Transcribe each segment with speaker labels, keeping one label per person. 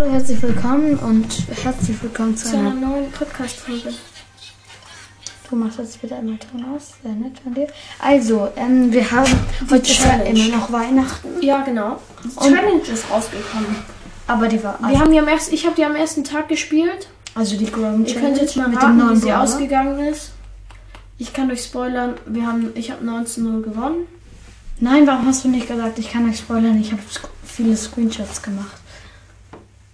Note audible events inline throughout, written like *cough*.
Speaker 1: Hallo, herzlich willkommen und herzlich willkommen zu
Speaker 2: zu einer
Speaker 1: einer.
Speaker 2: neuen Podcast-Folge.
Speaker 1: Du machst jetzt wieder einmal Ton aus, sehr nett von dir. Also, ähm, wir haben heute ist ja
Speaker 2: Challenge.
Speaker 1: immer noch Weihnachten,
Speaker 2: Ja, genau. Die
Speaker 1: Und-
Speaker 2: Challenge ist rausgekommen.
Speaker 1: aber die war.
Speaker 2: Wir haben die am ersten, ich habe die am ersten Tag gespielt.
Speaker 1: also die Grom
Speaker 2: Ihr könnt jetzt mal
Speaker 1: mit dem
Speaker 2: raten, wie
Speaker 1: neuen
Speaker 2: sie
Speaker 1: Brawler.
Speaker 2: ausgegangen ist. Ich kann euch spoilern, wir haben, ich habe 19-0 gewonnen.
Speaker 1: Nein, warum hast du nicht gesagt? Ich kann euch spoilern, ich habe sc- viele Screenshots gemacht.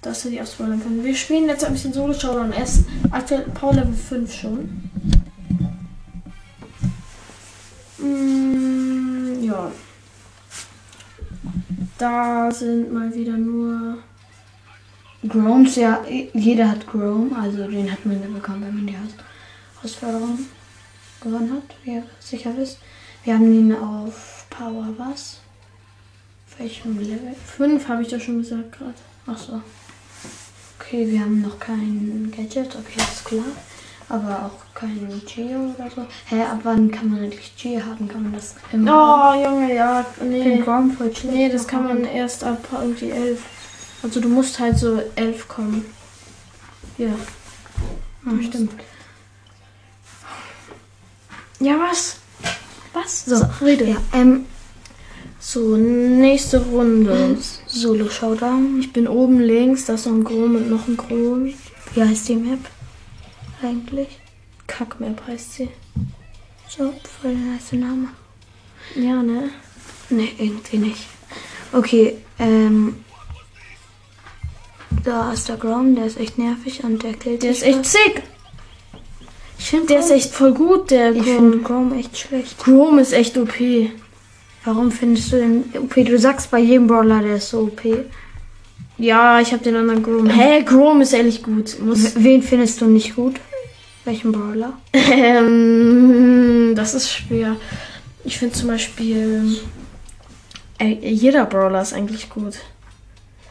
Speaker 2: Dass ihr die auch spoilern könnt. Wir spielen jetzt ein bisschen Solo Showdown. Er ist aktuell Power Level 5 schon. Mm, ja. Da sind mal wieder nur
Speaker 1: Groms, ja, eh, jeder hat Grom, also den hat man dann bekommen, wenn man die Haus Herausforderung gewonnen hat, wie ihr sicher wisst. Wir haben ihn auf Power was? Auf Welchem Level?
Speaker 2: 5, habe ich doch schon gesagt gerade.
Speaker 1: Ach so. Okay, wir haben noch kein Gadget, okay, ist klar. Aber auch kein Geo oder so. Hä, ab wann kann man eigentlich Geo haben? Kann man das im
Speaker 2: Oh, Junge, ja.
Speaker 1: im
Speaker 2: Nee.
Speaker 1: Grom voll schlecht
Speaker 2: Nee, das kann
Speaker 1: machen?
Speaker 2: man erst ab irgendwie 11. Also du musst halt so 11 kommen. Ja.
Speaker 1: Ah, stimmt.
Speaker 2: Ja, was? Was?
Speaker 1: So, rede. Ja, ähm,
Speaker 2: So, nächste Runde.
Speaker 1: Solo Showdown.
Speaker 2: Ich bin oben links, da ist noch ein Grom und noch ein Grom.
Speaker 1: Wie heißt die Map eigentlich?
Speaker 2: Kackmap heißt sie.
Speaker 1: So, voll der nice Name.
Speaker 2: Ja, ne?
Speaker 1: Nee, irgendwie nicht. Okay, ähm. Da ist der Grom, der ist echt nervig und der killt
Speaker 2: Der
Speaker 1: dich
Speaker 2: ist echt
Speaker 1: fast.
Speaker 2: sick.
Speaker 1: Ich find
Speaker 2: Der ist
Speaker 1: Grom-
Speaker 2: echt voll gut, der
Speaker 1: Ich
Speaker 2: Grom.
Speaker 1: finde Grom echt schlecht.
Speaker 2: Grom ist echt OP.
Speaker 1: Warum findest du den OP? Du sagst bei jedem Brawler, der ist so OP.
Speaker 2: Ja, ich habe den anderen Grom. Hä, Grom ist ehrlich gut. Muss,
Speaker 1: W- Wen findest du nicht gut? Welchen Brawler?
Speaker 2: Ähm, das ist schwer. Ich finde zum Beispiel. Äh, jeder Brawler ist eigentlich gut.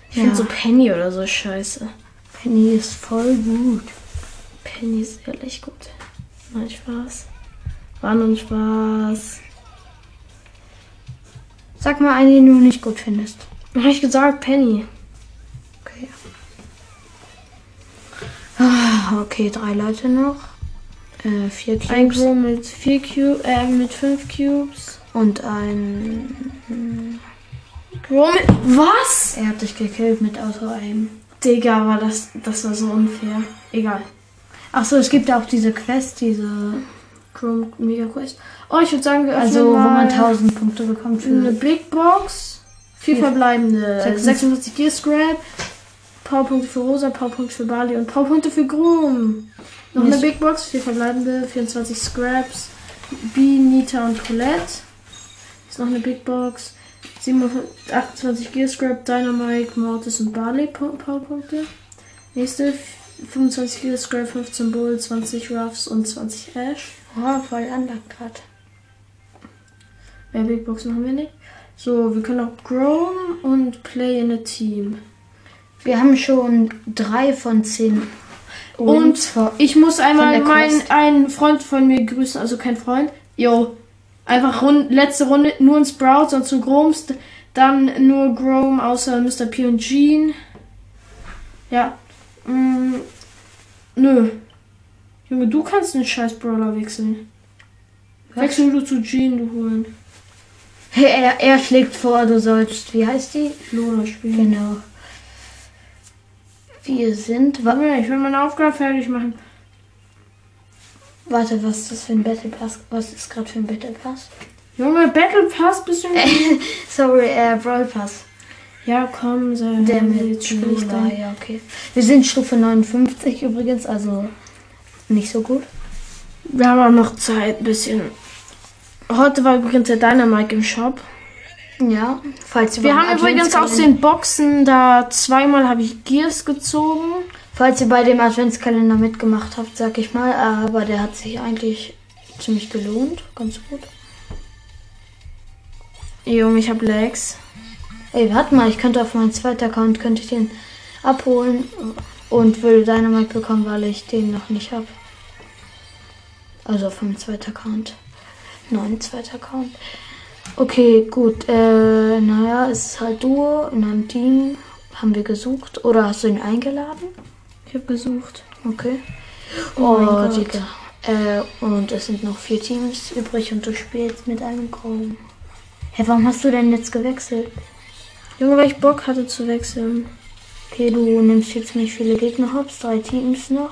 Speaker 2: Ich finde
Speaker 1: Ja.
Speaker 2: so Penny oder so scheiße.
Speaker 1: Penny ist voll gut.
Speaker 2: Penny ist ehrlich gut. Nein, Spaß. War nur ein Spaß.
Speaker 1: Sag mal einen, den du nicht gut findest.
Speaker 2: Dann habe ich gesagt, Penny.
Speaker 1: Okay. Ah, okay, drei Leute noch. Äh, vier Cubes.
Speaker 2: Ein Gro mit vier Cubes, äh, mit fünf Cubes.
Speaker 1: Und ein.
Speaker 2: Gro mit. Was?
Speaker 1: Er hat dich gekillt mit Auto-Aim.
Speaker 2: Digga, war das. Das war so unfair. Egal.
Speaker 1: Achso, es gibt ja auch diese Quest, diese.
Speaker 2: Gro mega Quest. Oh, ich würde sagen, wir öffnen
Speaker 1: Also, wo
Speaker 2: mal
Speaker 1: man 1000 Punkte bekommt
Speaker 2: Eine
Speaker 1: für.
Speaker 2: Big Box, vier
Speaker 1: Vier.
Speaker 2: verbleibende,
Speaker 1: 46.
Speaker 2: 46 Gear Scrap, Powerpunkte für Rosa, Powerpunkte für Bali und Powerpunkte für Grom. Noch eine
Speaker 1: Nicht-
Speaker 2: Big Box, vier verbleibende, 24 Scraps, B, Nita und Colette. Ist noch eine Big Box, 57 28 Gear Scrap, Dynamite, Mortis und Bali Po- Powerpunkte. Nächste, 25 Gear Scrap, 15 Bull, 20 Ruffs und 20 Ash.
Speaker 1: Oh, voll anlagt gerade.
Speaker 2: Mehr Big Boxen haben wir nicht. So, wir können auch Grown und Play in a Team.
Speaker 1: Wir haben schon drei von zehn.
Speaker 2: Und
Speaker 1: vor.
Speaker 2: Ich muss einmal
Speaker 1: der
Speaker 2: meinen
Speaker 1: Quest.
Speaker 2: einen Freund von mir grüßen, also kein Freund. Yo. Einfach rund, letzte Runde nur ein Sprout, sonst nur Groms. d- Dann nur Grom außer Mr. P und Jean. Ja. Mm, nö. Junge, du kannst den scheiß Brawler wechseln.
Speaker 1: Was?
Speaker 2: Wechseln du zu Jean, du holen.
Speaker 1: Er, er schlägt vor, du sollst. Wie heißt die?
Speaker 2: Lola spielen.
Speaker 1: Genau. Wir sind. Wa
Speaker 2: Junge, ich will meine Aufgabe fertig machen.
Speaker 1: warte, was ist das für ein Battle Pass? Was ist gerade für ein Battle Pass?
Speaker 2: Junge, Battle Pass bist du
Speaker 1: Sorry, äh, Brawl Pass.
Speaker 2: Ja, komm, sei
Speaker 1: Der mit
Speaker 2: jetzt spiel ich
Speaker 1: Schula,
Speaker 2: dann.
Speaker 1: ja, okay. Wir sind Stufe 59 übrigens, also nicht so gut.
Speaker 2: Wir haben auch noch Zeit, ein bisschen. Heute war übrigens der Dynamite im Shop.
Speaker 1: Ja, falls ihr
Speaker 2: Wir
Speaker 1: beim
Speaker 2: haben übrigens aus
Speaker 1: Adventskalender-
Speaker 2: den Boxen da zweimal habe ich Gears gezogen.
Speaker 1: Falls ihr bei dem Adventskalender mitgemacht habt, sag ich mal, aber der hat sich eigentlich ziemlich gelohnt, ganz gut.
Speaker 2: Junge, ich habe Legs.
Speaker 1: Ey, warte mal, ich könnte auf meinen zweiten Account, könnte ich den abholen und würde Dynamite bekommen, weil ich den noch nicht habe. Also auf meinem zweiten Account. Neuen zweiter Account. Okay, gut. Äh, naja, es ist halt Duo in einem Team. Haben wir gesucht? Oder hast du ihn eingeladen?
Speaker 2: Ich habe gesucht.
Speaker 1: Okay.
Speaker 2: Oh
Speaker 1: Oh,
Speaker 2: mein Gott.
Speaker 1: Digga. Äh, und es sind noch vier Teams übrig und du spielst mit einem Chrome. Hä, warum hast du denn jetzt gewechselt?
Speaker 2: Junge, weil ich Bock hatte zu wechseln.
Speaker 1: Okay, du nimmst jetzt nicht viele Gegner hops, drei Teams noch.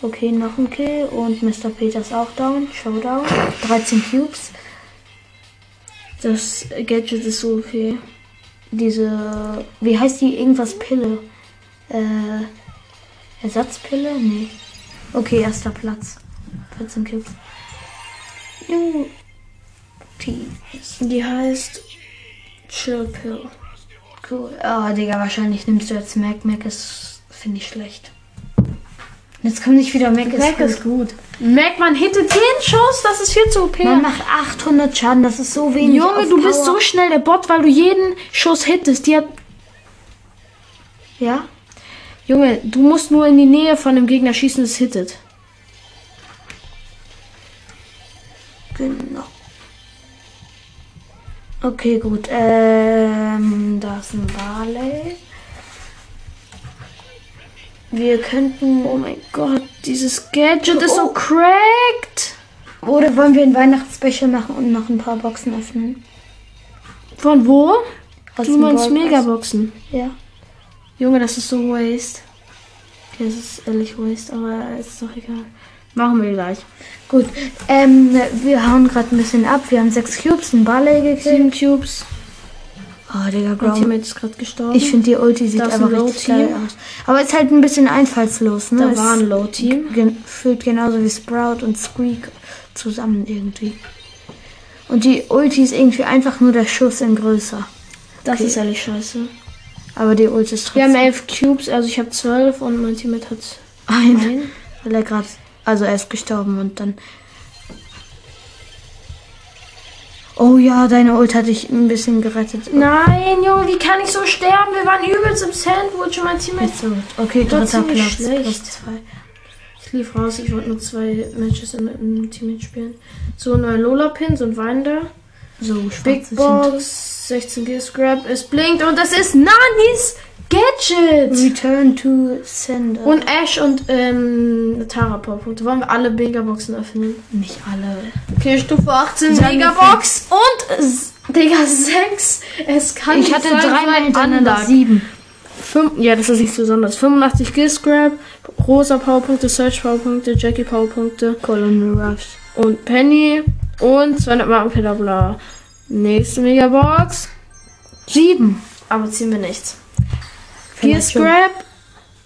Speaker 1: Okay, noch ein Kill und Mr. Peters auch down, *laughs* Showdown. 13 Cubes.
Speaker 2: Das Gadget ist so okay.
Speaker 1: Diese, wie heißt die? Irgendwas Pille. Äh, Ersatzpille? Nee. Okay, erster Platz. 14 Cubes. Juhu. Teams.
Speaker 2: Die heißt Chill Pill.
Speaker 1: Cool. Oh, Digga, wahrscheinlich nimmst du jetzt Mac. Mac ist, finde ich, schlecht. Jetzt kommt nicht wieder Mac.
Speaker 2: Mac
Speaker 1: gut.
Speaker 2: ist gut. Mac, man hätte 10 Schuss, das ist viel zu OP.
Speaker 1: Man macht 800 Schaden, das ist so wenig.
Speaker 2: Junge,
Speaker 1: auf
Speaker 2: du bist
Speaker 1: Power.
Speaker 2: so schnell der Bot, weil du jeden Schuss hittest. Die hat,
Speaker 1: Ja?
Speaker 2: Junge, du musst nur in die Nähe von dem Gegner schießen, es hittet.
Speaker 1: Genau. Okay, gut. Ähm, da ist ein Barley. Wir könnten.
Speaker 2: Oh mein Gott, dieses Gadget ist so
Speaker 1: Oh.
Speaker 2: cracked.
Speaker 1: Oder wollen wir ein Weihnachtsspecial machen und noch ein paar Boxen öffnen?
Speaker 2: Von wo?
Speaker 1: Aus
Speaker 2: Du
Speaker 1: dem
Speaker 2: meinst
Speaker 1: Brawl Pass.
Speaker 2: Megaboxen.
Speaker 1: Ja.
Speaker 2: Junge, das ist so waste. Okay, das ist ehrlich waste, aber ist doch egal. Machen wir gleich.
Speaker 1: Gut. Ähm, wir hauen gerade ein bisschen ab. Wir haben sechs Cubes, ein Barley gekillt.
Speaker 2: Team Cubes.
Speaker 1: Oh, Digga,
Speaker 2: Mein
Speaker 1: Grom.
Speaker 2: Teammate ist gerade gestorben.
Speaker 1: Ich finde, die Ulti sieht
Speaker 2: Da ist
Speaker 1: einfach
Speaker 2: ein
Speaker 1: richtig
Speaker 2: Low-Team.
Speaker 1: geil aus. Aber ist halt ein bisschen einfallslos, ne?
Speaker 2: da
Speaker 1: Ist
Speaker 2: war ein Low Team.
Speaker 1: Gefühlt genauso wie Sprout und Squeak zusammen irgendwie. Und die Ulti ist irgendwie einfach nur der Schuss in größer.
Speaker 2: Das
Speaker 1: Okay.
Speaker 2: ist ehrlich scheiße.
Speaker 1: Aber die Ulti ist
Speaker 2: Wir haben
Speaker 1: trotzdem
Speaker 2: elf Cubes, also ich habe zwölf und mein Teammate hat
Speaker 1: ein,
Speaker 2: ein.
Speaker 1: weil er gerade, also er ist gestorben und dann... Oh ja, deine Ult hat dich ein bisschen gerettet.
Speaker 2: Nein, Junge, wie kann ich so sterben? Wir waren übelst im Sandwich und mein Teammate.
Speaker 1: Jetzt so. Okay,
Speaker 2: Gott,
Speaker 1: dritter
Speaker 2: ziemlich
Speaker 1: Platz.
Speaker 2: schlecht.
Speaker 1: Plus zwei.
Speaker 2: Ich lief raus, ich wollte nur zwei Matches im, im Teammate spielen. So, neun Lola-Pins und Winder.
Speaker 1: So,
Speaker 2: Big
Speaker 1: schwarze sind-
Speaker 2: Box, 16G Scrap, es blinkt und das ist Nanis Gadget!
Speaker 1: Return to Sender.
Speaker 2: Und Ash und ähm, Tara Powerpunkte. Wollen wir alle Megaboxen öffnen?
Speaker 1: nicht alle.
Speaker 2: Okay, Stufe 18
Speaker 1: Sagen wir
Speaker 2: Megabox und s- Digga 6. Es kann
Speaker 1: Ich
Speaker 2: nicht
Speaker 1: hatte
Speaker 2: sein,
Speaker 1: dreimal
Speaker 2: weil
Speaker 1: hintereinander
Speaker 2: Anlag.
Speaker 1: sieben.
Speaker 2: Fünf, ja, das ist nichts Besonderes. 85 Gill Scrap, rosa Powerpunkte, Search Powerpunkte, Jackie Powerpunkte
Speaker 1: Colonel Ruffs.
Speaker 2: und Penny und 200 Marken bla bla. Nächste Megabox.
Speaker 1: Sieben.
Speaker 2: Aber ziehen wir nichts. Gear
Speaker 1: Vielleicht schon.
Speaker 2: Scrap.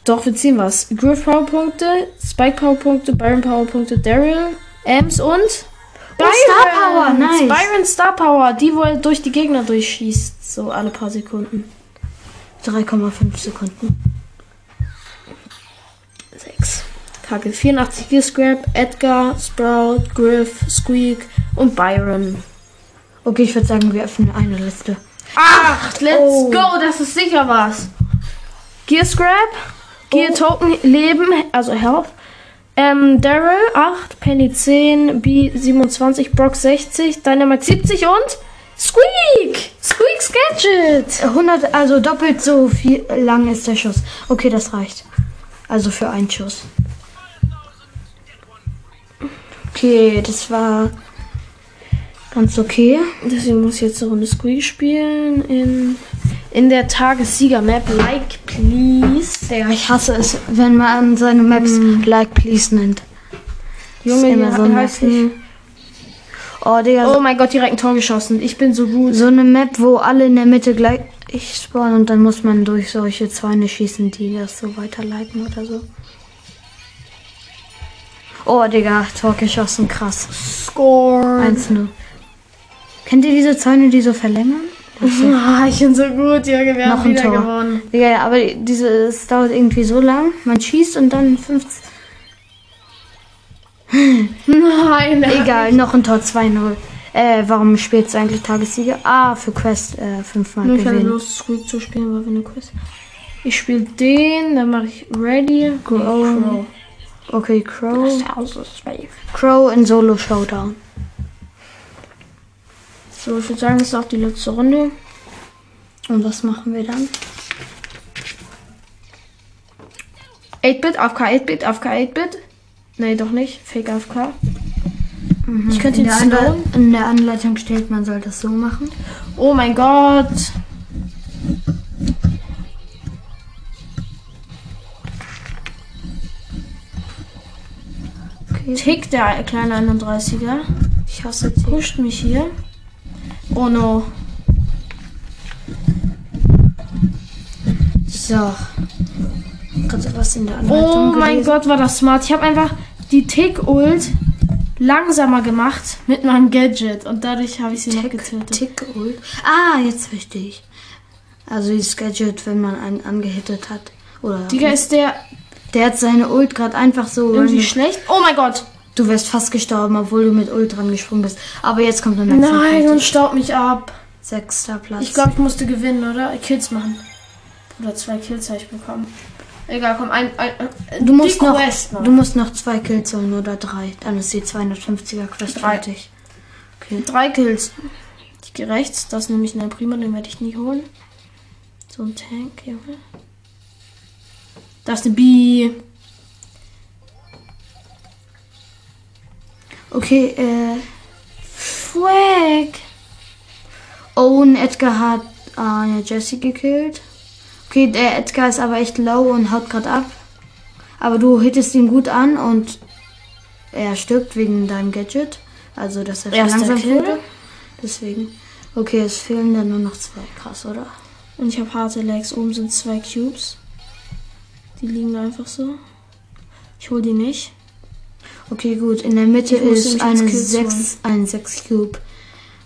Speaker 2: Doch, wir ziehen was. Griff Powerpunkte, Spike Powerpunkte, Byron Powerpunkte, Daryl, Ems und. Oh,
Speaker 1: Star Power, nice.
Speaker 2: Byron Star Power, die wohl durch die Gegner durchschießt. So alle paar Sekunden.
Speaker 1: 3,5 Sekunden.
Speaker 2: 6. Kacke. 84 Gear Scrap, Edgar, Sprout, Griff, Squeak und Byron.
Speaker 1: Okay, ich würde sagen, wir öffnen eine Liste.
Speaker 2: 8, let's
Speaker 1: Oh.
Speaker 2: go, das ist sicher was. Gear Scrap, Gear
Speaker 1: Oh.
Speaker 2: Token, Leben, also Health. Ähm, Daryl 8, Penny 10, B 27, Brock 60, Dynamax 70 und Squeak! Squeaks Gadget!
Speaker 1: 100, also doppelt so viel lang ist der Schuss. Okay, das reicht. Also für einen Schuss. Okay, das war ganz okay.
Speaker 2: Deswegen muss ich jetzt eine Runde Squeak spielen in, in der Tagessieger-Map. Like, please.
Speaker 1: Digga, ich hasse es, wenn man seine Maps Like Please nennt.
Speaker 2: Junge,
Speaker 1: Ist immer
Speaker 2: die
Speaker 1: so
Speaker 2: heißen-
Speaker 1: nervig. Oh, Digga,
Speaker 2: Oh mein Gott, direkt ein Tor geschossen. Ich bin so gut.
Speaker 1: So eine Map, wo alle in der Mitte gleich spawnen und dann muss man durch solche Zäune schießen, die das so weiterleiten oder so. Oh, Digga, Tor geschossen, krass.
Speaker 2: Score.
Speaker 1: 1-0. Kennt ihr diese Zäune, die so verlängern?
Speaker 2: Ah, ich bin so gut, Junge. Wir
Speaker 1: Noch
Speaker 2: haben
Speaker 1: ein
Speaker 2: wieder
Speaker 1: Tor.
Speaker 2: gewonnen.
Speaker 1: Digga, ja, aber diese, es dauert irgendwie so lang. Man schießt und dann 15.
Speaker 2: Nein, nein.
Speaker 1: Egal, noch ein Tor 2-0. Äh, warum spielst du eigentlich Tagessieger? Ah, für Quest äh, fünfmal
Speaker 2: Nur ich hatte
Speaker 1: gewinnen.
Speaker 2: Lust, Squeak zu spielen, weil wir eine Quest. Ich spiele den, dann mache ich Ready.
Speaker 1: Crow. Okay, Crow.
Speaker 2: Crow.
Speaker 1: Crow in Solo Showdown.
Speaker 2: So, ich würde sagen, das ist auch die letzte Runde.
Speaker 1: Und was machen wir dann?
Speaker 2: 8-Bit, AFK, 8-Bit, AFK, 8-Bit. Nee, doch nicht. Fake AFK. Ich könnte
Speaker 1: in,
Speaker 2: ihn
Speaker 1: der Anle
Speaker 2: slowen.
Speaker 1: in der Anleitung steht, man soll das so machen.
Speaker 2: Oh mein Gott.
Speaker 1: Okay.
Speaker 2: Tick, der kleine 31er.
Speaker 1: Ich hasse Tick.
Speaker 2: Pusht mich hier. Oh no.
Speaker 1: So. Gerade was in der Anleitung.
Speaker 2: Oh mein
Speaker 1: gelesen.
Speaker 2: Gott, war das smart. Ich habe einfach die Tick-Ult langsamer gemacht mit meinem Gadget. Und dadurch habe ich sie noch
Speaker 1: Tick,
Speaker 2: getötet.
Speaker 1: Tick geholt. Ah, jetzt verstehe ich. Also dieses Gadget, wenn man einen angehittet hat. Oder
Speaker 2: Digga, ist der
Speaker 1: der hat seine Ult gerade einfach so.
Speaker 2: irgendwie
Speaker 1: random-
Speaker 2: schlecht? Oh mein Gott.
Speaker 1: Du wärst fast gestorben, obwohl du mit Ult dran gesprungen bist. Aber jetzt kommt der nächste
Speaker 2: Nein, und
Speaker 1: Punkt.
Speaker 2: staub mich ab.
Speaker 1: Sechster Platz.
Speaker 2: Ich glaube, ich musste gewinnen, oder? Kills machen. Oder zwei Kills habe ich bekommen. Egal, komm, ein, ein, äh, ein
Speaker 1: du musst,
Speaker 2: die
Speaker 1: noch,
Speaker 2: Quest
Speaker 1: du musst noch zwei Kills holen oder drei. Dann ist die 250er Quest
Speaker 2: Drei.
Speaker 1: fertig. Okay.
Speaker 2: Drei Kills. Ich gehe rechts, das nehme ich in der Prima, den werde ich nie holen. So ein Tank, Junge. Das ist eine B.
Speaker 1: Okay, äh.
Speaker 2: Frack.
Speaker 1: Owen Edgar hat äh, Jesse gekillt. Okay, der Edgar ist aber echt low und haut gerade ab. Aber du hittest ihn gut an und er stirbt wegen deinem Gadget. Also, dass er
Speaker 2: Erster
Speaker 1: langsam
Speaker 2: Kill.
Speaker 1: wurde. Deswegen. Okay, es fehlen dann nur noch zwei. Krass, oder?
Speaker 2: Und ich habe harte Legs. Oben sind zwei Cubes. Die liegen einfach so. Ich hole die nicht.
Speaker 1: Okay, gut. In der Mitte
Speaker 2: Ich muss
Speaker 1: ist
Speaker 2: nämlich jetzt
Speaker 1: eine
Speaker 2: Kills
Speaker 1: 6, ein 6 Cube.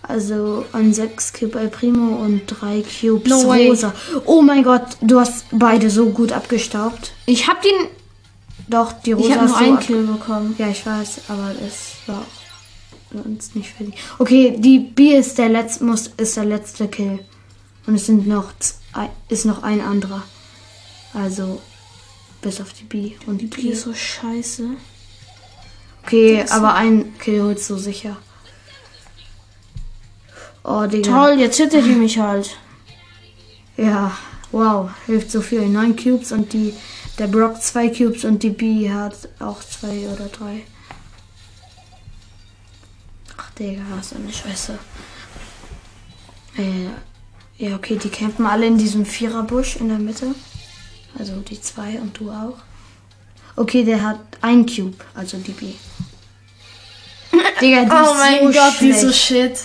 Speaker 1: Also ein 6 Cube El Primo und 3 Cubes
Speaker 2: No way.
Speaker 1: Rosa. Oh mein Gott, du hast beide so gut abgestaubt.
Speaker 2: Ich habe den.
Speaker 1: Doch, die Rosa
Speaker 2: Ich habe
Speaker 1: ist
Speaker 2: nur
Speaker 1: so
Speaker 2: einen
Speaker 1: ab-
Speaker 2: Kill bekommen.
Speaker 1: Ja, ich weiß, aber es war auch sonst nicht fertig. Okay, die B ist der letzte, muss, ist der letzte Kill. Und es sind noch, zwei- ist noch ein anderer. Also, bis auf die B und die
Speaker 2: Die
Speaker 1: B.
Speaker 2: ist so scheiße.
Speaker 1: Okay,
Speaker 2: ist-
Speaker 1: aber ein Kill holst du sicher. Oh, Digga.
Speaker 2: Toll, jetzt hittet die mich halt.
Speaker 1: Ja, wow, hilft so viel. Neun Cubes und die, der Brock zwei Cubes und die B hat auch zwei oder drei. Ach, Digga, was eine Scheiße. Äh, ja, okay, die campen alle in diesem Viererbusch in der Mitte. Also die zwei und du auch. Okay, der hat ein Cube, also die B. Digga, die
Speaker 2: Oh
Speaker 1: ist
Speaker 2: mein
Speaker 1: so
Speaker 2: Gott, die
Speaker 1: schlecht.
Speaker 2: ist so shit.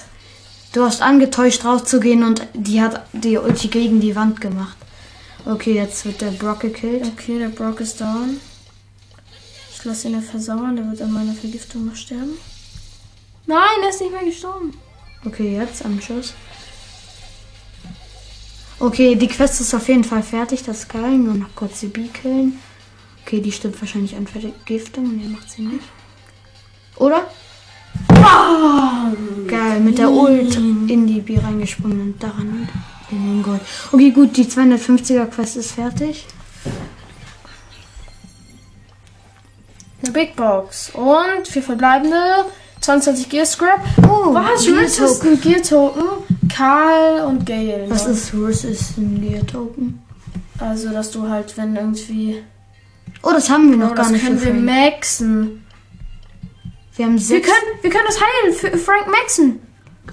Speaker 1: Du hast angetäuscht rauszugehen und die hat die Ulti gegen die Wand gemacht. Okay, jetzt wird der Brock gekillt.
Speaker 2: Okay, der Brock ist down. Ich lasse ihn ja versauern, der wird an meiner Vergiftung noch sterben. Nein, er ist nicht mehr gestorben.
Speaker 1: Okay, jetzt am Schuss. Okay, die Quest ist auf jeden Fall fertig, das ist geil. Nur noch kurz die B killen. Okay, die stimmt wahrscheinlich an Vergiftung. Nee, macht sie nicht. Oder? Geil, mit der Ult in die B reingesprungen und daran in den Gold. Okay, gut, die 250er Quest ist fertig.
Speaker 2: Eine Big Box. Und vier verbleibende. 22 Gear Scrap.
Speaker 1: Oh,
Speaker 2: Was?
Speaker 1: Gear
Speaker 2: Riz ist ein Gear Token. Karl und Gale.
Speaker 1: Was
Speaker 2: noch.
Speaker 1: ist Worse ist ein Gear Token?
Speaker 2: Also, dass du halt, wenn irgendwie.
Speaker 1: Oh, das haben wir noch
Speaker 2: Oh,
Speaker 1: gar
Speaker 2: das
Speaker 1: nicht.
Speaker 2: können wir
Speaker 1: Wir,
Speaker 2: maxen.
Speaker 1: wir haben
Speaker 2: Wir
Speaker 1: sechs.
Speaker 2: können, wir können das heilen. Für Frank maxen.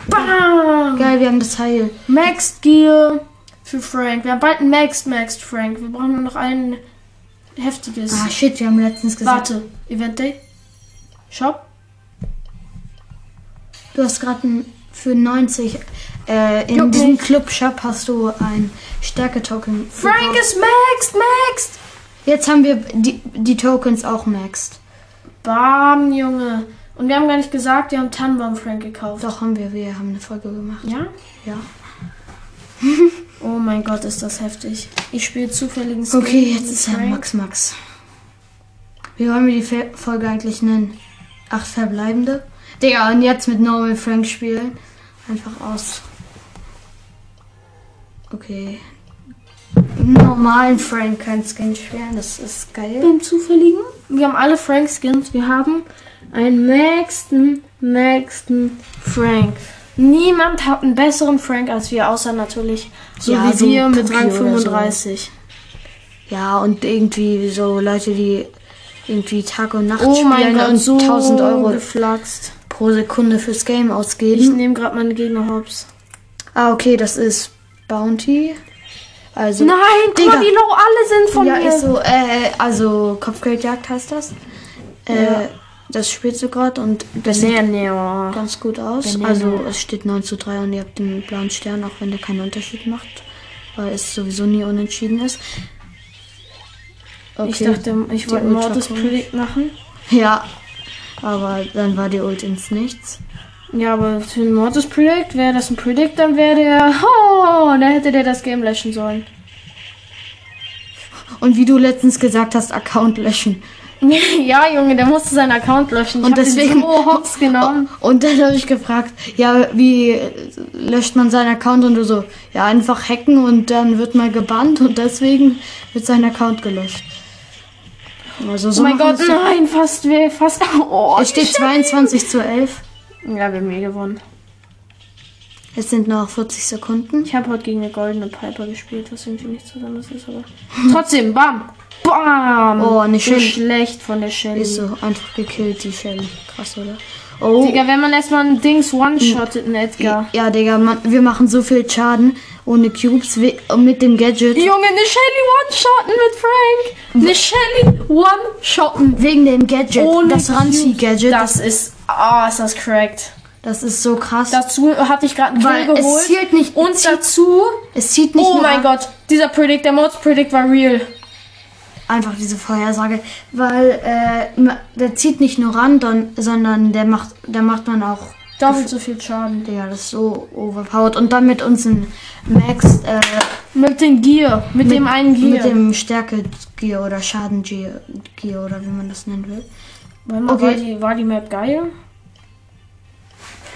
Speaker 2: Bam!
Speaker 1: Geil, wir haben das Heil.
Speaker 2: Maxed Gear für Frank. Wir haben bald ein Maxed Maxed Frank. Wir brauchen nur noch ein heftiges.
Speaker 1: Ah shit, wir haben letztens gesagt.
Speaker 2: Warte, Event Day? Shop?
Speaker 1: Du hast gerade für 90 äh, in
Speaker 2: Juckt
Speaker 1: diesem
Speaker 2: nicht.
Speaker 1: Club Shop hast du ein Stärke Token.
Speaker 2: Frank ist maxed, maxed!
Speaker 1: Jetzt haben wir die, die Tokens auch maxed.
Speaker 2: Bam, Junge. Und wir haben gar nicht gesagt, wir haben Tannenbaum Frank gekauft.
Speaker 1: Doch haben wir, wir haben eine Folge gemacht.
Speaker 2: Ja?
Speaker 1: Ja.
Speaker 2: Oh mein Gott, ist das heftig. Ich spiele zufälligen Skin
Speaker 1: Okay, jetzt
Speaker 2: mit
Speaker 1: ist ja
Speaker 2: Frank.
Speaker 1: Max Max. Wie wollen wir die Fe Folge eigentlich nennen? Acht verbleibende? Digga, und jetzt mit Normal Frank spielen. Einfach aus. Okay. Normalen Frank kein Skin spielen, das ist geil.
Speaker 2: Im zufälligen? Wir haben alle Frank Skins. Wir haben einen maxten, maxten Frank. Niemand hat einen besseren Frank als wir, außer natürlich so
Speaker 1: Ja,
Speaker 2: wie
Speaker 1: so
Speaker 2: wir mit
Speaker 1: Pookie
Speaker 2: Rang
Speaker 1: oder so.
Speaker 2: 35.
Speaker 1: Ja, und irgendwie so Leute, die irgendwie Tag und Nacht
Speaker 2: Oh mein
Speaker 1: spielen
Speaker 2: Gott,
Speaker 1: und
Speaker 2: so
Speaker 1: 1000 Euro Mhm.
Speaker 2: geflaxt.
Speaker 1: pro Sekunde fürs Game
Speaker 2: Ich
Speaker 1: ausgeben.
Speaker 2: nehme gerade meine Gegner hops.
Speaker 1: ah, okay, das ist Bounty. Also,
Speaker 2: Nein, guck mal,
Speaker 1: Digga.
Speaker 2: wie low alle sind von
Speaker 1: ja,
Speaker 2: mir.
Speaker 1: ist so, äh, also Kopfgeldjagd heißt das. Äh,
Speaker 2: Ja.
Speaker 1: Das spielst du gerade und das sieht
Speaker 2: Nee, nee, oh.
Speaker 1: ganz gut aus.
Speaker 2: Banana.
Speaker 1: Also es steht 9 zu 3 und ihr habt den blauen Stern, auch wenn der keinen Unterschied macht, weil es sowieso nie unentschieden ist.
Speaker 2: Ich dachte, ich
Speaker 1: Die
Speaker 2: wollte
Speaker 1: Ultra
Speaker 2: Mortis
Speaker 1: kommt.
Speaker 2: Predict machen.
Speaker 1: Ja, aber dann war die Ult ins Nichts.
Speaker 2: Ja, aber für ein Mortis Predict wäre das ein Predict, dann wäre der. *laughs* Oh, dann hätte der das Game löschen sollen.
Speaker 1: Und wie du letztens gesagt hast, Account löschen.
Speaker 2: *laughs* ja, Junge, der musste seinen Account löschen. Ich
Speaker 1: Und
Speaker 2: hab ihn
Speaker 1: deswegen-
Speaker 2: so hops genommen.
Speaker 1: Und dann habe ich gefragt, ja, wie äh, löscht man seinen Account? Und du so, ja, einfach hacken und dann wird mal gebannt und deswegen wird sein Account gelöscht. Also *laughs* so
Speaker 2: oh mein
Speaker 1: machen
Speaker 2: Gott,
Speaker 1: das-
Speaker 2: nein, fast weh, fast. *laughs* Oh,
Speaker 1: Es steht 22 zu 11.
Speaker 2: Ja, wir haben eh gewonnen.
Speaker 1: Es sind noch 40 Sekunden.
Speaker 2: Ich habe heute gegen eine goldene Piper gespielt, was irgendwie nichts Besonderes ist,
Speaker 1: *laughs*
Speaker 2: aber. Trotzdem, bam! Bam!
Speaker 1: Oh, eine
Speaker 2: so
Speaker 1: Shelly.
Speaker 2: schlecht von der Shelly.
Speaker 1: Ist so einfach gekillt, die Shelly. Krass, oder? Oh,
Speaker 2: Digga, wenn man erstmal ein Dings one-shottet, einen Edgar.
Speaker 1: Ja, Digga, man, wir machen so viel Schaden ohne Cubes we- mit dem Gadget.
Speaker 2: Junge, eine Shelly one-shotten mit Frank! Eine Shelly one-shotten!
Speaker 1: Wegen dem Gadget.
Speaker 2: Ohne
Speaker 1: das Ranzi-Gadget. Das,
Speaker 2: Das ist. Ah, ist das cracked.
Speaker 1: das ist so krass.
Speaker 2: Dazu hatte ich gerade einen
Speaker 1: Weil
Speaker 2: Kill
Speaker 1: es
Speaker 2: geholt.
Speaker 1: zielt nicht-
Speaker 2: Und
Speaker 1: es zielt-
Speaker 2: dazu.
Speaker 1: es zieht nicht
Speaker 2: oh
Speaker 1: nur
Speaker 2: mein
Speaker 1: ab,
Speaker 2: Gott, dieser Predict, der Mods Predict war real.
Speaker 1: einfach diese Vorhersage, weil äh, ma- der zieht nicht nur ran, don, sondern der macht, der macht man auch.
Speaker 2: Doppelt so viel Schaden.
Speaker 1: Digga, das ist so overpowered. Und dann mit uns ein Max, äh,
Speaker 2: Mit dem Gear, mit, dem einen Gear.
Speaker 1: mit dem Stärke-Gear oder Schaden-Gear oder wie man das nennen will.
Speaker 2: Warte mal,
Speaker 1: Okay.
Speaker 2: war, die, war die Map geil?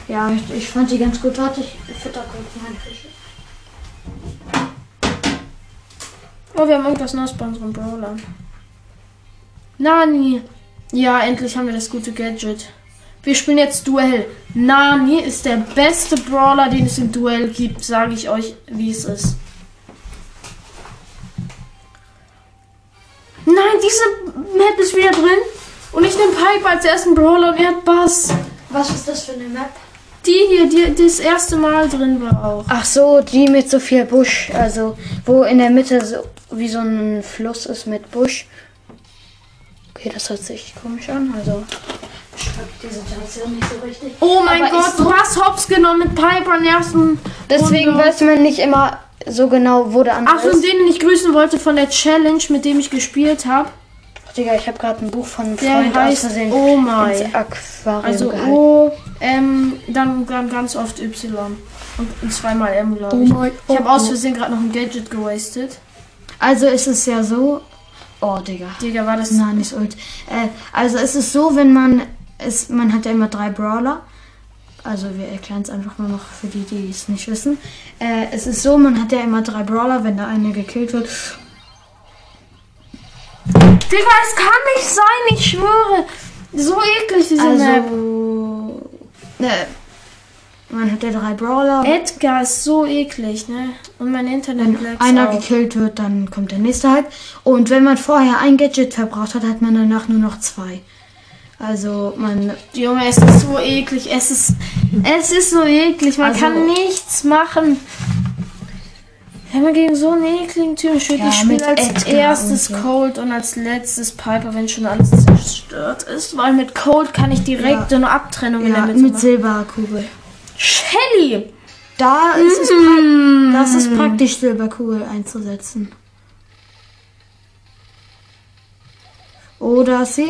Speaker 1: Ja, ich, ich fand die ganz gut. Warte, ich fütter kurz meine Fische.
Speaker 2: Oh, wir haben irgendwas Neues bei unserem Brawler. Nani. Ja, endlich haben wir das gute Gadget. Wir spielen jetzt Duell. Nani ist der beste Brawler, den es im Duell gibt, sage ich euch, wie es ist. Nein, diese Map ist wieder drin. Und ich nehme Piper als ersten Brawler und er hat Bass.
Speaker 1: Was ist das für eine Map?
Speaker 2: Die hier, die, die das erste Mal drin war auch.
Speaker 1: Ach so, die mit so viel Busch, also wo in der Mitte so wie so ein Fluss ist mit Busch. Okay, das hört sich komisch an, also ich hab die Situation nicht so richtig.
Speaker 2: Oh mein
Speaker 1: Aber
Speaker 2: Gott,
Speaker 1: ist
Speaker 2: du hast Hops genommen mit Piper in der ersten
Speaker 1: Deswegen
Speaker 2: Runde.
Speaker 1: weiß man nicht immer so genau, wo der andere
Speaker 2: Ach, und
Speaker 1: ist.
Speaker 2: den ich grüßen wollte von der Challenge, mit dem ich gespielt habe.
Speaker 1: Digga, ich habe gerade ein Buch von einem
Speaker 2: Der
Speaker 1: Freund aus
Speaker 2: heißt
Speaker 1: Versehen
Speaker 2: Oh
Speaker 1: ins
Speaker 2: my.
Speaker 1: Aquarium
Speaker 2: Also
Speaker 1: gehalten.
Speaker 2: O, M, dann, dann ganz oft Y. Und, und zweimal M, glaube ich.
Speaker 1: my,
Speaker 2: Ich habe aus Versehen gerade noch ein Gadget gewastet.
Speaker 1: Also ist es ja so. Oh, Digga.
Speaker 2: Digga, war das.
Speaker 1: Nein, nicht Ult. Äh, also es ist so, wenn man es, man hat ja immer drei Brawler. Also wir erklären es einfach mal noch für die, die es nicht wissen. Äh, es ist so, man hat ja immer drei Brawler, wenn der eine gekillt wird.
Speaker 2: Digga, es kann nicht sein, ich schwöre. So eklig diese Map.
Speaker 1: Also äh, man hat ja drei Brawler.
Speaker 2: Edgar ist so eklig, ne? Und mein Internet
Speaker 1: Wenn
Speaker 2: bleibt.
Speaker 1: einer
Speaker 2: auch.
Speaker 1: gekillt wird, dann kommt der nächste halt. Und wenn man vorher ein Gadget verbraucht hat, hat man danach nur noch zwei. Also man
Speaker 2: Junge, es ist so eklig. Es ist, es ist so eklig. Man
Speaker 1: Also-
Speaker 2: kann nichts machen. Wenn man gegen so einen ekligen Typen spielt,
Speaker 1: Ja,
Speaker 2: ich spiele
Speaker 1: mit
Speaker 2: als
Speaker 1: Edgar
Speaker 2: erstes
Speaker 1: und so.
Speaker 2: Cold und als letztes Piper, wenn schon alles zerstört ist. Weil mit Cold kann ich direkt
Speaker 1: Ja.
Speaker 2: so eine Abtrennung in der
Speaker 1: ja,
Speaker 2: Mitte
Speaker 1: mit
Speaker 2: machen.
Speaker 1: Silberkugel.
Speaker 2: Shelly!
Speaker 1: Da ist
Speaker 2: *laughs*
Speaker 1: es
Speaker 2: Mm.
Speaker 1: Das ist praktisch, Silberkugel einzusetzen. Oder sie?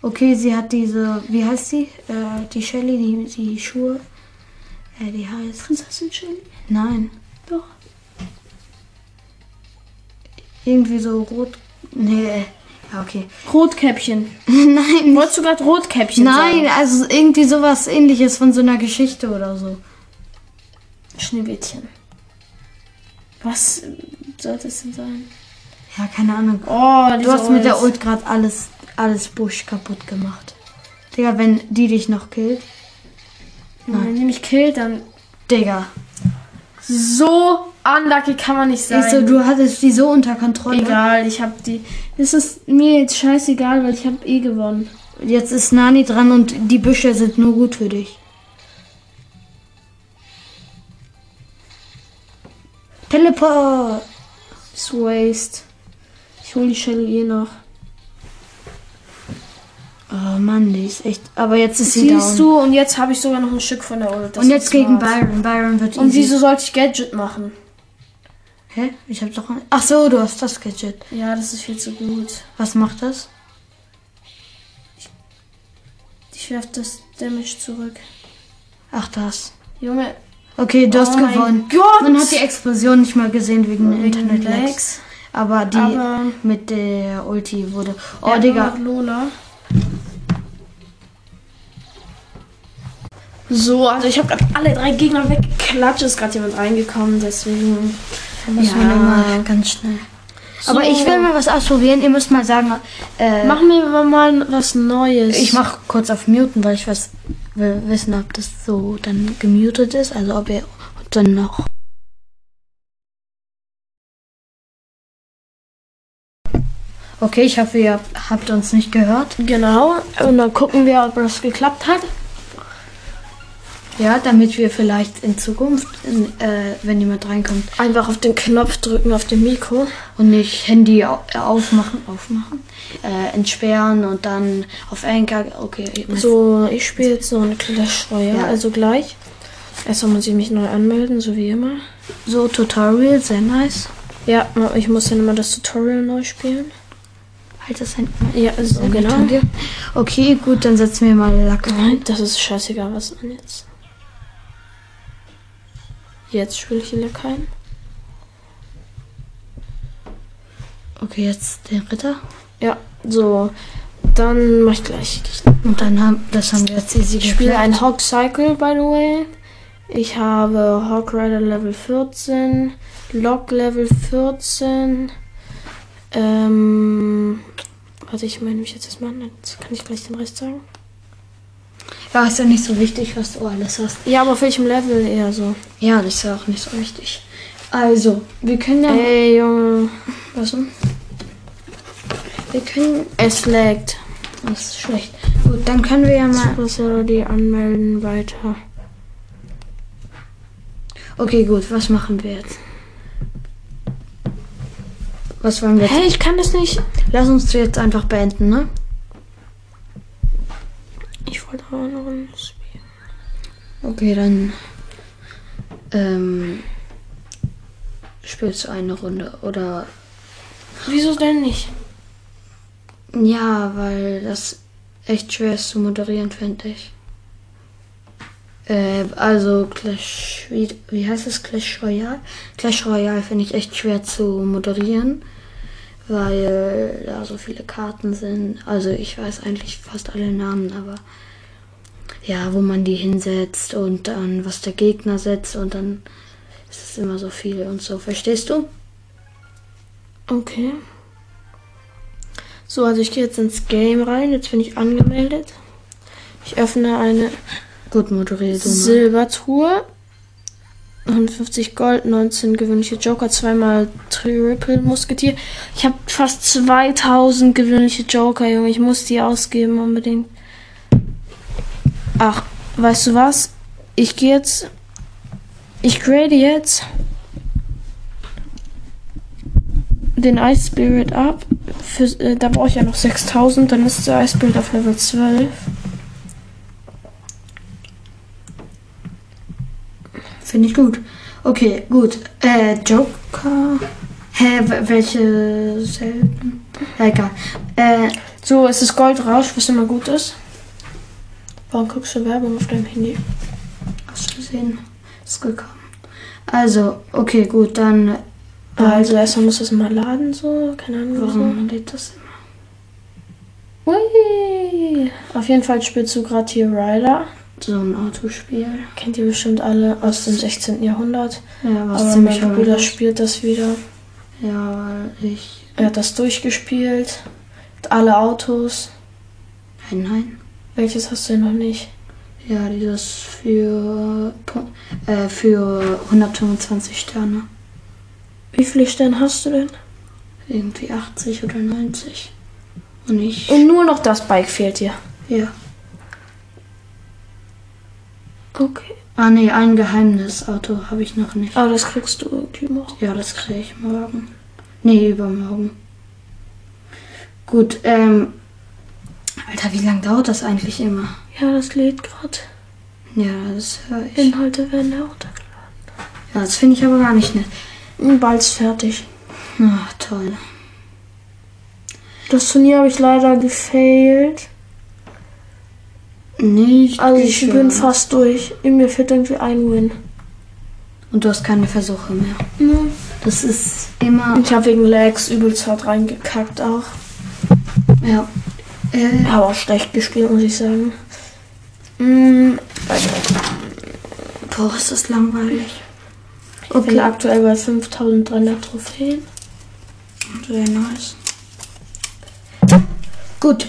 Speaker 1: Okay, sie hat diese, wie heißt sie? Äh, die Shelly, die, die Schuhe. Äh, die heißt.
Speaker 2: Prinzessin Shelly.
Speaker 1: Nein.
Speaker 2: Doch.
Speaker 1: Irgendwie so rot. Nee. Ja, okay. *laughs*
Speaker 2: Rotkäppchen.
Speaker 1: Nein.
Speaker 2: Wolltest du gerade Rotkäppchen
Speaker 1: Nein,
Speaker 2: sagen?
Speaker 1: also irgendwie sowas ähnliches von so einer Geschichte oder so.
Speaker 2: Schneewittchen. Was äh, sollte es denn sein?
Speaker 1: Ja, keine Ahnung.
Speaker 2: Oh,
Speaker 1: Du
Speaker 2: diese
Speaker 1: hast mit der
Speaker 2: Ols.
Speaker 1: Ult gerade alles, alles Busch kaputt gemacht. Digga, wenn die dich noch killt.
Speaker 2: Wenn er mich killt, dann
Speaker 1: Digga.
Speaker 2: so Unlucky kann man nicht sein.
Speaker 1: Siehst du, du hattest die so unter Kontrolle.
Speaker 2: egal, ich habe die. Es ist mir jetzt scheißegal, weil ich habe eh gewonnen.
Speaker 1: Jetzt ist Nani dran und die Büsche sind nur gut für dich. Teleport!
Speaker 2: Ist Waste. Ich hole die Shelly eh noch.
Speaker 1: Oh Mann, die ist echt. Aber jetzt ist sie
Speaker 2: Siehst
Speaker 1: down.
Speaker 2: du, und jetzt habe ich sogar noch ein Stück von der Ult. Das
Speaker 1: und
Speaker 2: ist
Speaker 1: jetzt gegen
Speaker 2: smart.
Speaker 1: Byron. Byron wird
Speaker 2: Und
Speaker 1: easy.
Speaker 2: wieso sollte ich Gadget machen?
Speaker 1: Hä? Ich hab doch. Ach so, du hast das Gadget.
Speaker 2: Ja, das ist viel zu gut.
Speaker 1: Was macht das?
Speaker 2: Ich werf das Damage zurück.
Speaker 1: Ach, das.
Speaker 2: Junge,
Speaker 1: Okay, du hast
Speaker 2: oh mein
Speaker 1: gewonnen.
Speaker 2: Gott!
Speaker 1: Man hat die Explosion nicht mal gesehen wegen den
Speaker 2: Wegen
Speaker 1: Internet-Lags.
Speaker 2: Lags.
Speaker 1: Aber die
Speaker 2: Aber-
Speaker 1: mit der Ulti wurde. Oh,
Speaker 2: Ja,
Speaker 1: Digga.
Speaker 2: und Lola. So, also ich habe gerade alle drei Gegner weggeklatscht. Ist gerade jemand reingekommen, deswegen.
Speaker 1: Muss man immer ganz schnell. Aber ich will mal was ausprobieren. Ihr müsst mal sagen, äh,
Speaker 2: Machen wir mal was Neues.
Speaker 1: ich mache kurz auf Muten, weil ich was will wissen, ob das so dann gemutet ist. Also ob ihr dann noch. Okay, ich hoffe, ihr habt uns nicht gehört.
Speaker 2: Genau. Und dann gucken wir, ob das geklappt hat.
Speaker 1: Ja, damit wir vielleicht in Zukunft, in, äh, wenn jemand reinkommt
Speaker 2: Einfach auf den Knopf drücken, auf den Mikro.
Speaker 1: und nicht Handy au aufmachen, aufmachen, äh, entsperren und dann auf Anchor. Okay,
Speaker 2: So, ich spiele jetzt noch eine Clash Royale,
Speaker 1: Ja.
Speaker 2: also gleich. Erstmal muss ich mich neu anmelden, so wie immer.
Speaker 1: so Tutorial, sehr nice.
Speaker 2: Ja, ich muss dann immer das Tutorial neu spielen.
Speaker 1: Halt das Handy.
Speaker 2: Ja, so genau.
Speaker 1: Hinter dir. Okay, gut, dann setzen wir mal Lack rein.
Speaker 2: Das ist scheißegal, was an jetzt. Jetzt spiele ich hier keinen.
Speaker 1: Okay, jetzt den Ritter.
Speaker 2: Ja, so. Dann mach ich gleich.
Speaker 1: Und dann haben, das haben wir jetzt easy
Speaker 2: Ich spiele
Speaker 1: geklärt.
Speaker 2: ein Hawk Cycle, by the way. Ich habe Hawk Rider Level 14, Lock Level 14. Ähm. Warte, ich melde mich jetzt erstmal an, jetzt kann ich gleich den Rest sagen.
Speaker 1: Ja, ist ja nicht so wichtig, was du alles hast.
Speaker 2: Ja, aber auf welchem Level eher so?
Speaker 1: Ja, das ist ja auch nicht so wichtig. Also, wir können ja.
Speaker 2: Ey, Junge.
Speaker 1: Was denn? Wir können.
Speaker 2: Es laggt.
Speaker 1: Das ist schlecht. Gut, dann können wir ja mal.
Speaker 2: Supercell, die anmelden, weiter.
Speaker 1: Okay, gut, was machen wir jetzt? Was wollen wir jetzt?
Speaker 2: Hey, ich kann das nicht.
Speaker 1: Lass uns jetzt einfach beenden, ne?
Speaker 2: Ich wollte aber noch ein Spiel.
Speaker 1: Okay, dann ähm, spielst du eine Runde oder
Speaker 2: Wieso denn nicht?
Speaker 1: ja, weil das echt schwer ist zu moderieren, finde ich. Äh, also Clash, wie, wie heißt es Clash Royale? Clash Royale finde ich echt schwer zu moderieren, weil da so viele Karten sind. Also ich weiß eigentlich fast alle Namen, aber ja, wo man die hinsetzt und dann was der Gegner setzt und dann ist es immer so viel und so. Verstehst du?
Speaker 2: Okay. So, also ich gehe jetzt ins Game rein. Jetzt bin ich angemeldet. Ich öffne eine
Speaker 1: Gut moderiert. du mal.
Speaker 2: Silbertruhe. 59 Gold, 19 gewöhnliche Joker, zweimal Triple Musketier. Ich habe fast 2000 gewöhnliche Joker, Junge. Ich muss die ausgeben unbedingt. Ach, weißt du was? Ich gehe jetzt. Ich grade jetzt den Ice Spirit ab. Für, äh, da brauche ich ja noch 6000, dann ist der Ice Spirit auf Level 12.
Speaker 1: Finde ich gut. Okay, gut. Äh, Joker. Hä, w- welche selten? Ja, egal. Äh,
Speaker 2: So, es ist Goldrausch, was immer gut ist. Warum guckst du Werbung auf deinem Handy?
Speaker 1: aus Versehen ist gekommen. Also, okay, gut, dann.
Speaker 2: Also erstmal muss das mal laden, so, keine Ahnung.
Speaker 1: Warum lädt das
Speaker 2: So. Ui. Auf jeden Fall spielst du gerade hier Ryder.
Speaker 1: so ein Autospiel?
Speaker 2: Kennt ihr bestimmt alle aus dem 16. Jahrhundert.
Speaker 1: Ja, was
Speaker 2: Aber
Speaker 1: ziemlich
Speaker 2: mein Bruder
Speaker 1: verrückt ist.
Speaker 2: spielt das wieder.
Speaker 1: Ja, weil ich.
Speaker 2: Er hat das durchgespielt. Hat Alle Autos.
Speaker 1: Nein, nein.
Speaker 2: Welches hast du denn noch nicht?
Speaker 1: Ja, dieses für. Pu- Äh, für 125 Sterne.
Speaker 2: Wie viele Sterne hast du denn?
Speaker 1: Irgendwie 80 oder 90. Und ich.
Speaker 2: Und nur noch das Bike fehlt dir.
Speaker 1: Ja.
Speaker 2: Okay.
Speaker 1: Ah nee, ein Geheimnisauto habe ich noch nicht.
Speaker 2: Aber das kriegst du irgendwie noch.
Speaker 1: Ja, das kriege ich morgen. Nee, übermorgen. Gut, ähm. Alter, wie lange dauert das eigentlich immer?
Speaker 2: Ja, das lädt gerade.
Speaker 1: Ja, das höre ich. Ja,
Speaker 2: Inhalte werden heruntergeladen.
Speaker 1: das finde ich aber gar nicht nett.
Speaker 2: Und Hm, Bald ist fertig.
Speaker 1: Ach, toll.
Speaker 2: Das Turnier habe ich leider gefailt.
Speaker 1: Nicht.
Speaker 2: Also ich bin
Speaker 1: geschehen.
Speaker 2: fast durch. In mir fehlt irgendwie ein Win.
Speaker 1: Und du hast keine Versuche mehr.
Speaker 2: Ne?
Speaker 1: Das ist immer.
Speaker 2: Ich habe wegen Lags übelst hart reingekackt auch.
Speaker 1: Ja. Äh,
Speaker 2: Habe auch schlecht gespielt, muss ich sagen. Mm,
Speaker 1: boah, ist das langweilig.
Speaker 2: Ich bin
Speaker 1: Okay.
Speaker 2: aktuell bei 5300 Trophäen.
Speaker 1: Sehr nice. Gut.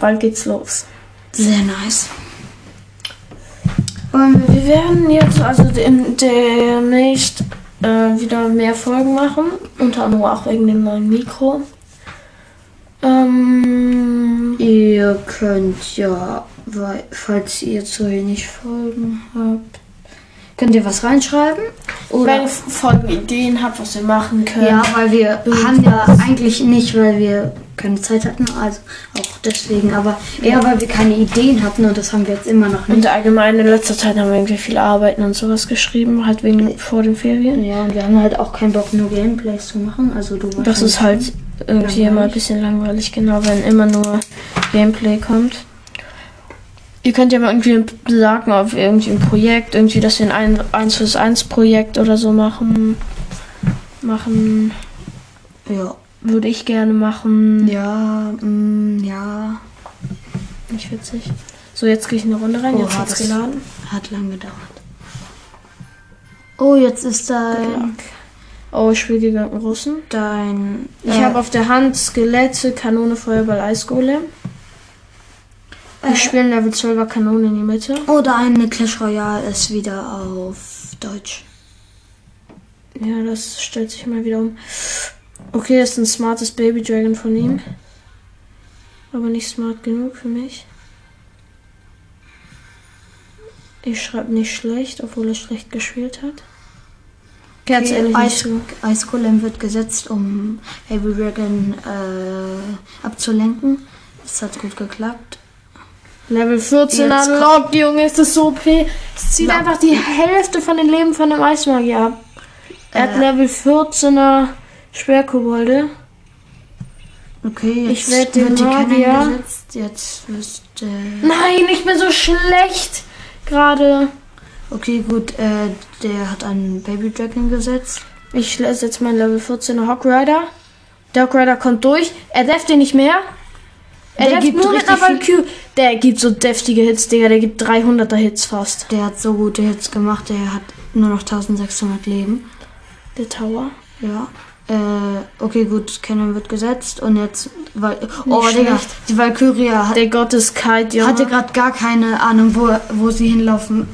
Speaker 2: Bald geht's los.
Speaker 1: Sehr nice.
Speaker 2: Ähm, wir werden jetzt also dem- demnächst äh, wieder mehr Folgen machen, unter anderem auch wegen dem neuen Mikro. Ähm,
Speaker 1: Ihr könnt ja, weil, falls ihr zu wenig Folgen habt, könnt ihr was reinschreiben.
Speaker 2: wenn
Speaker 1: Oder
Speaker 2: ihr Folgenideen habt, was wir machen können.
Speaker 1: ja, weil wir haben ja eigentlich nicht, weil wir keine Zeit hatten, also auch deswegen, aber eher weil wir keine Ideen hatten und das haben wir jetzt immer noch nicht.
Speaker 2: Und allgemein in letzter Zeit haben wir irgendwie viele Arbeiten und sowas geschrieben, halt wegen vor den Ferien.
Speaker 1: Ja, und wir haben halt auch keinen Bock, nur Gameplays zu machen. Also du
Speaker 2: Das ist halt irgendwie immer ein bisschen langweilig, genau, wenn immer nur Gameplay kommt. Ihr könnt ja mal irgendwie sagen, ob wir irgendwie ein Projekt, irgendwie, dass wir ein 1 fürs 1 Projekt oder so machen. Machen
Speaker 1: Ja.
Speaker 2: würde ich gerne machen.
Speaker 1: Ja, mm, ja.
Speaker 2: Nicht witzig. So, jetzt gehe ich in eine Runde rein,
Speaker 1: Oha,
Speaker 2: jetzt wird's
Speaker 1: das-
Speaker 2: geladen.
Speaker 1: Hat lang gedauert. Oh, jetzt ist dein.
Speaker 2: Oh, ich spiele gegen einen Russen.
Speaker 1: dein
Speaker 2: Ich
Speaker 1: äh,
Speaker 2: habe auf der Hand Skelette, Kanone, Feuerball, Eisgolem.
Speaker 1: Äh.
Speaker 2: Ich spiele Level 12er Kanone in die Mitte.
Speaker 1: Oder eine Clash Royale ist wieder auf Deutsch.
Speaker 2: Ja, das stellt sich mal wieder um. Okay, ist ein smartes Baby Dragon von ihm. Aber nicht smart genug für mich. Ich schreibe nicht schlecht, obwohl er schlecht gespielt hat. Ganz ehrlich, nicht
Speaker 1: Eis,
Speaker 2: so.
Speaker 1: Ice Golem wird gesetzt, um Heavy Dragon äh, abzulenken. Das hat gut geklappt.
Speaker 2: Level 14
Speaker 1: Jetzt
Speaker 2: unlocked, Junge, ist das so OP. Es zieht
Speaker 1: Na.
Speaker 2: einfach die Hälfte von den Leben von dem Eismagier ab. Er hat
Speaker 1: Äh.
Speaker 2: Level 14er Schwerkobolde.
Speaker 1: Okay,
Speaker 2: Ich
Speaker 1: jetzt
Speaker 2: werd den
Speaker 1: wird die
Speaker 2: Magier-
Speaker 1: Cannon gesetzt. Jetzt wirst äh,
Speaker 2: Nein, ich bin so schlecht gerade.
Speaker 1: Okay, gut, äh, der hat einen Baby Dragon gesetzt.
Speaker 2: Ich setze jetzt meinen Level 14er Hawk Rider. Der Hawk Rider kommt durch. Er deft ihn nicht mehr. Er
Speaker 1: Der
Speaker 2: deft
Speaker 1: gibt
Speaker 2: nur mit einer
Speaker 1: richtig
Speaker 2: Valkyrie. Der gibt so deftige Hits, Digga. Der gibt 300er Hits fast.
Speaker 1: Der hat so gute Hits gemacht, der hat nur noch 1600 Leben.
Speaker 2: Der Tower.
Speaker 1: Ja. Äh, okay, gut, Cannon wird gesetzt und jetzt. Val oh, Digga,
Speaker 2: schlecht.
Speaker 1: die Valkyrie hat,
Speaker 2: Der Gotteskite, Junge.
Speaker 1: hatte gerade gar keine Ahnung, wo, wo sie hinlaufen.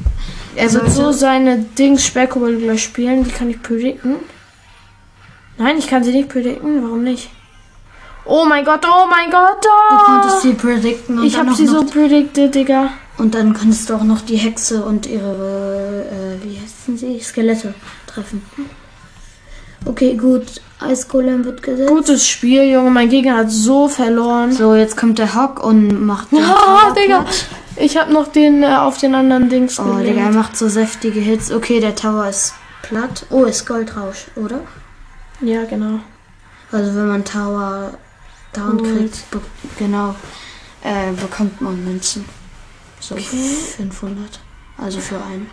Speaker 2: Er wird so
Speaker 1: sollte-
Speaker 2: seine Dings Speckobel gleich spielen. Die kann ich predikten. Nein, ich kann sie nicht predikten. Warum nicht? Oh mein Gott, oh mein Gott.
Speaker 1: Du
Speaker 2: Oh.
Speaker 1: konntest sie predikten und
Speaker 2: Ich
Speaker 1: dann
Speaker 2: hab
Speaker 1: auch
Speaker 2: sie
Speaker 1: noch,
Speaker 2: so predicted, Digga.
Speaker 1: Und dann konntest du auch noch die Hexe und ihre, äh, wie heißen sie? Skelette treffen. Okay, gut, Eisgolem wird gesetzt.
Speaker 2: Gutes Spiel, Junge. Mein Gegner hat so verloren.
Speaker 1: So, jetzt kommt der Hawk und macht. *laughs* den
Speaker 2: Ah,
Speaker 1: Tower
Speaker 2: Digga.
Speaker 1: platt.
Speaker 2: Ich hab noch den äh, auf den anderen Dings
Speaker 1: Oh,
Speaker 2: gelegt.
Speaker 1: Digga, er macht so säftige Hits. Okay, der Tower ist platt. Oh, ist Goldrausch, oder?
Speaker 2: Ja, genau.
Speaker 1: Also, wenn man Tower down
Speaker 2: Gut.
Speaker 1: kriegt, be genau, äh, bekommt man Münzen. So 500. Also für einen.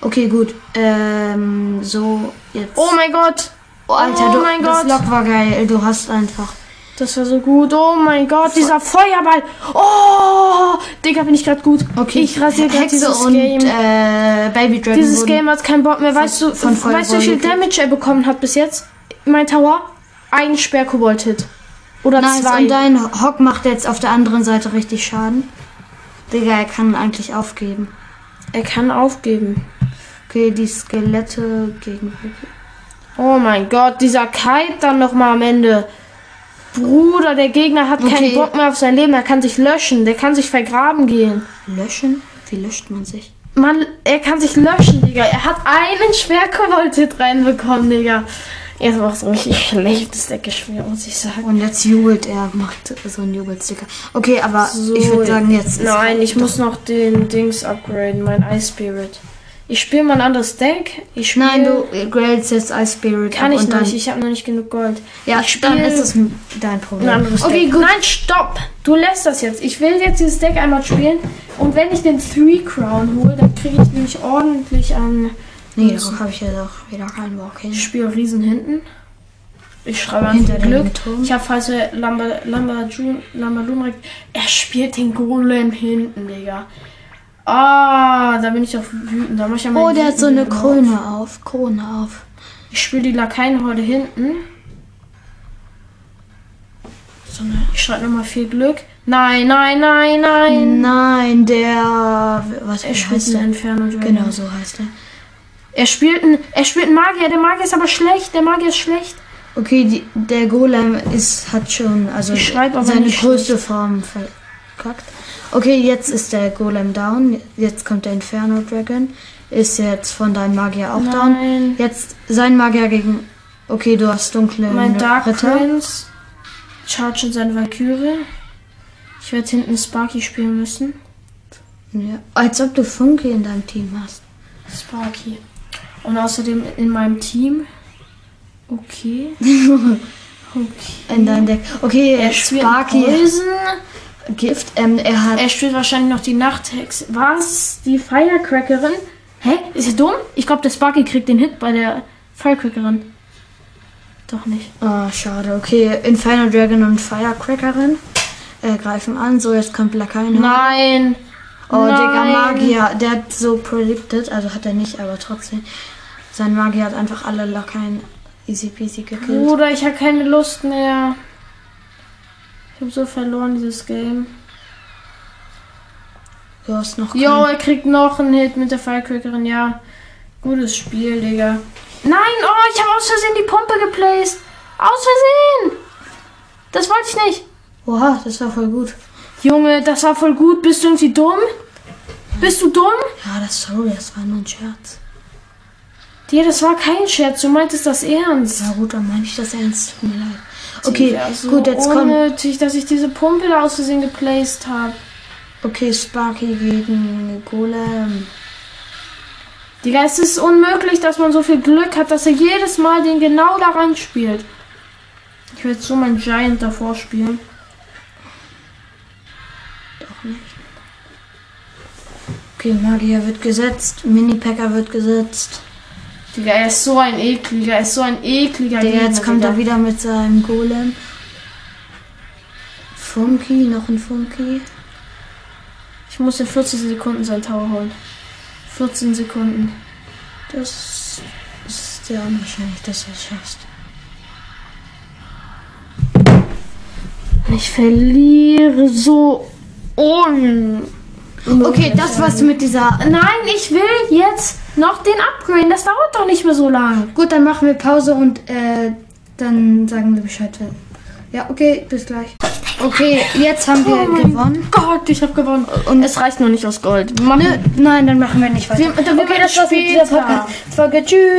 Speaker 1: Okay, gut. Ähm, so, jetzt.
Speaker 2: Oh mein Gott.
Speaker 1: Oh, Alter,
Speaker 2: oh
Speaker 1: du,
Speaker 2: mein
Speaker 1: das
Speaker 2: Gott.
Speaker 1: Lock war geil. Du hast einfach.
Speaker 2: Das war so gut. Oh mein Gott, dieser Feuerball. Oh, Digga, bin ich gerade gut.
Speaker 1: Okay,
Speaker 2: Ich rasiere gerade
Speaker 1: Hexe
Speaker 2: dieses
Speaker 1: und
Speaker 2: Game.
Speaker 1: Äh, Baby Dragon.
Speaker 2: Dieses
Speaker 1: wurden-
Speaker 2: Game hat keinen Bock mehr. Weißt du,
Speaker 1: von Feuer
Speaker 2: weißt du, wie viel
Speaker 1: gekriegt.
Speaker 2: Damage er bekommen hat bis jetzt? Mein Tower? Ein Sperrkobold-Hit. Oder
Speaker 1: Nice,
Speaker 2: zwei.
Speaker 1: und dein Hock macht jetzt auf der anderen Seite richtig Schaden. Digga, er kann eigentlich aufgeben.
Speaker 2: er kann aufgeben.
Speaker 1: Okay, die Skelette gegen
Speaker 2: Oh mein Gott, dieser Kite dann nochmal am Ende. Bruder, der Gegner hat
Speaker 1: Okay.
Speaker 2: keinen Bock mehr auf sein Leben. Er kann sich löschen. Der kann sich vergraben gehen.
Speaker 1: Löschen? Wie löscht man sich?
Speaker 2: Mann, er kann sich löschen, Digga. Er hat einen Schwerkowalt-Hit reinbekommen, Digga. Er ist auch so richtig *laughs* schlecht, das Deckeschwer, muss ich sagen.
Speaker 1: Und jetzt jubelt er, macht so einen Jubelsticker. Okay, aber
Speaker 2: So,
Speaker 1: ich würde sagen, jetzt ist
Speaker 2: Nein, ich muss noch den Dings upgraden, mein Ice Spirit. Ich spiele mal ein anderes Deck. Ich spiel,
Speaker 1: Nein, du gradest jetzt Ice Spirit ab
Speaker 2: Kann ich
Speaker 1: und dann,
Speaker 2: nicht, ich habe noch nicht genug Gold.
Speaker 1: Ja,
Speaker 2: ich
Speaker 1: dann
Speaker 2: spiel-
Speaker 1: ist es dein Problem.
Speaker 2: Ein anderes
Speaker 1: okay,
Speaker 2: Deck.
Speaker 1: gut.
Speaker 2: Nein, stopp! Du lässt das jetzt. Ich will jetzt dieses Deck einmal spielen. Und wenn ich den Three Crown hole, dann kriege ich nämlich ordentlich an.
Speaker 1: Nee, darauf habe ich ja doch wieder keinen Bock hin.
Speaker 2: Ich spiele Riesen hinten. Ich schreibe
Speaker 1: Hinter
Speaker 2: einfach
Speaker 1: dem
Speaker 2: Glück.
Speaker 1: Turm.
Speaker 2: Ich habe falls Lamba Lamba Jun- Lamba Lumrik. Er spielt den Golem hinten, Digga. Ah, da bin ich auch wütend. Da mach ich ja
Speaker 1: Oh,
Speaker 2: meinen
Speaker 1: der hat so eine
Speaker 2: wütenden Lauf.
Speaker 1: Krone auf. Krone auf.
Speaker 2: Ich spiele die Lakaienhorde hinten. So, ne, ich schreibe nochmal viel Glück. Nein, nein, nein,
Speaker 1: Hm,
Speaker 2: nein.
Speaker 1: Nein, der. Was
Speaker 2: Er
Speaker 1: wie
Speaker 2: spielt
Speaker 1: heißt
Speaker 2: einen
Speaker 1: der?
Speaker 2: Inferno Dragon.
Speaker 1: Genau so heißt er.
Speaker 2: Er spielt einen, er spielt einen Magier. Der Magier ist aber schlecht. Der Magier ist schlecht.
Speaker 1: Okay, die, der Golem ist, hat schon also
Speaker 2: Ich schreib aber
Speaker 1: seine
Speaker 2: nicht
Speaker 1: größte Form verkackt. Okay, jetzt ist der Golem down. Jetzt kommt der Inferno Dragon. Ist jetzt von deinem Magier auch down.
Speaker 2: Nein.
Speaker 1: Jetzt sein Magier gegen. Okay, du hast dunkle
Speaker 2: Mein Dark
Speaker 1: Ritter.
Speaker 2: Prince charge in seine Valkyrie. Ich werde hinten Sparky spielen müssen.
Speaker 1: Ja, als ob du Funke in deinem Team hast.
Speaker 2: Sparky. Und außerdem in meinem Team. Okay. Okay.
Speaker 1: In deinem Deck. Okay, äh,
Speaker 2: Er spielt Sparky.
Speaker 1: Sparky
Speaker 2: Poison.
Speaker 1: Gift. Ähm, er hat.
Speaker 2: Er spielt wahrscheinlich noch die Nachthex. Was? Die Firecrackerin? Hä? Ist er dumm? Ich glaube, der Sparky kriegt den Hit bei der Firecrackerin. Doch nicht.
Speaker 1: Ah, schade. Okay, Inferno Dragon und Firecrackerin äh, greifen an. So, jetzt kommt Lakaien.
Speaker 2: Nein!
Speaker 1: Oh, Digga,
Speaker 2: Nein.
Speaker 1: Magier. Der hat so predicted. Also hat er nicht, aber trotzdem. Sein Magier hat einfach alle Lakaien easy peasy gekillt.
Speaker 2: Bruder, ich habe keine Lust mehr. Ich habe so verloren, dieses Game.
Speaker 1: Du hast noch
Speaker 2: Jo,
Speaker 1: keinen.
Speaker 2: er kriegt noch einen Hit mit der Firecrackerin, ja. Gutes Spiel, Digga. Nein, oh, ich habe aus Versehen die Pumpe geplaced. Aus Versehen! Das wollte ich nicht.
Speaker 1: Oha, das war voll gut.
Speaker 2: Junge, das war voll gut. Bist du irgendwie dumm? Bist du dumm?
Speaker 1: Ja, das sorry, das war nur ein Scherz.
Speaker 2: Dir, das war kein Scherz. Du meintest das ernst.
Speaker 1: Ja gut, dann meine ich das ernst. Tut mir leid. Okay,
Speaker 2: Digga, so
Speaker 1: gut, jetzt kommt.
Speaker 2: unnötig, dass ich diese Pumpe da aus Versehen geplaced habe.
Speaker 1: Okay, Sparky gegen Golem.
Speaker 2: Digga, es ist unmöglich, dass man so viel Glück hat, dass er jedes Mal den genau da reinspielt. Ich werde so mein Giant davor spielen.
Speaker 1: Doch nicht. Okay, Magier wird gesetzt, Mini-Packer wird gesetzt.
Speaker 2: Digga, er ist so ein ekliger, er ist so ein ekliger
Speaker 1: Digga,
Speaker 2: Gegner,
Speaker 1: jetzt kommt
Speaker 2: Digga.
Speaker 1: er wieder mit seinem Golem. Funky, noch ein Funky.
Speaker 2: Ich muss in 14 Sekunden sein Tower holen. 14 Sekunden.
Speaker 1: Das ist sehr unwahrscheinlich, dass du es schaffst.
Speaker 2: Ich verliere so un...
Speaker 1: Okay, das war's mit dieser.
Speaker 2: Nein, ich will jetzt noch den upgraden. Das dauert doch nicht mehr so lang.
Speaker 1: Gut, dann machen wir Pause und äh, dann sagen wir Bescheid. wenn- Ja, okay, bis gleich. Okay, jetzt haben wir
Speaker 2: mein
Speaker 1: gewonnen.
Speaker 2: Gott, ich habe gewonnen.
Speaker 1: Und-
Speaker 2: es reicht noch nicht aus Gold. Wir machen
Speaker 1: Nö, nein, dann machen wir nicht weiter.
Speaker 2: Wir- dann machen wir das
Speaker 1: war's mit
Speaker 2: später.
Speaker 1: dieser Podcast-Folge. Tschüss.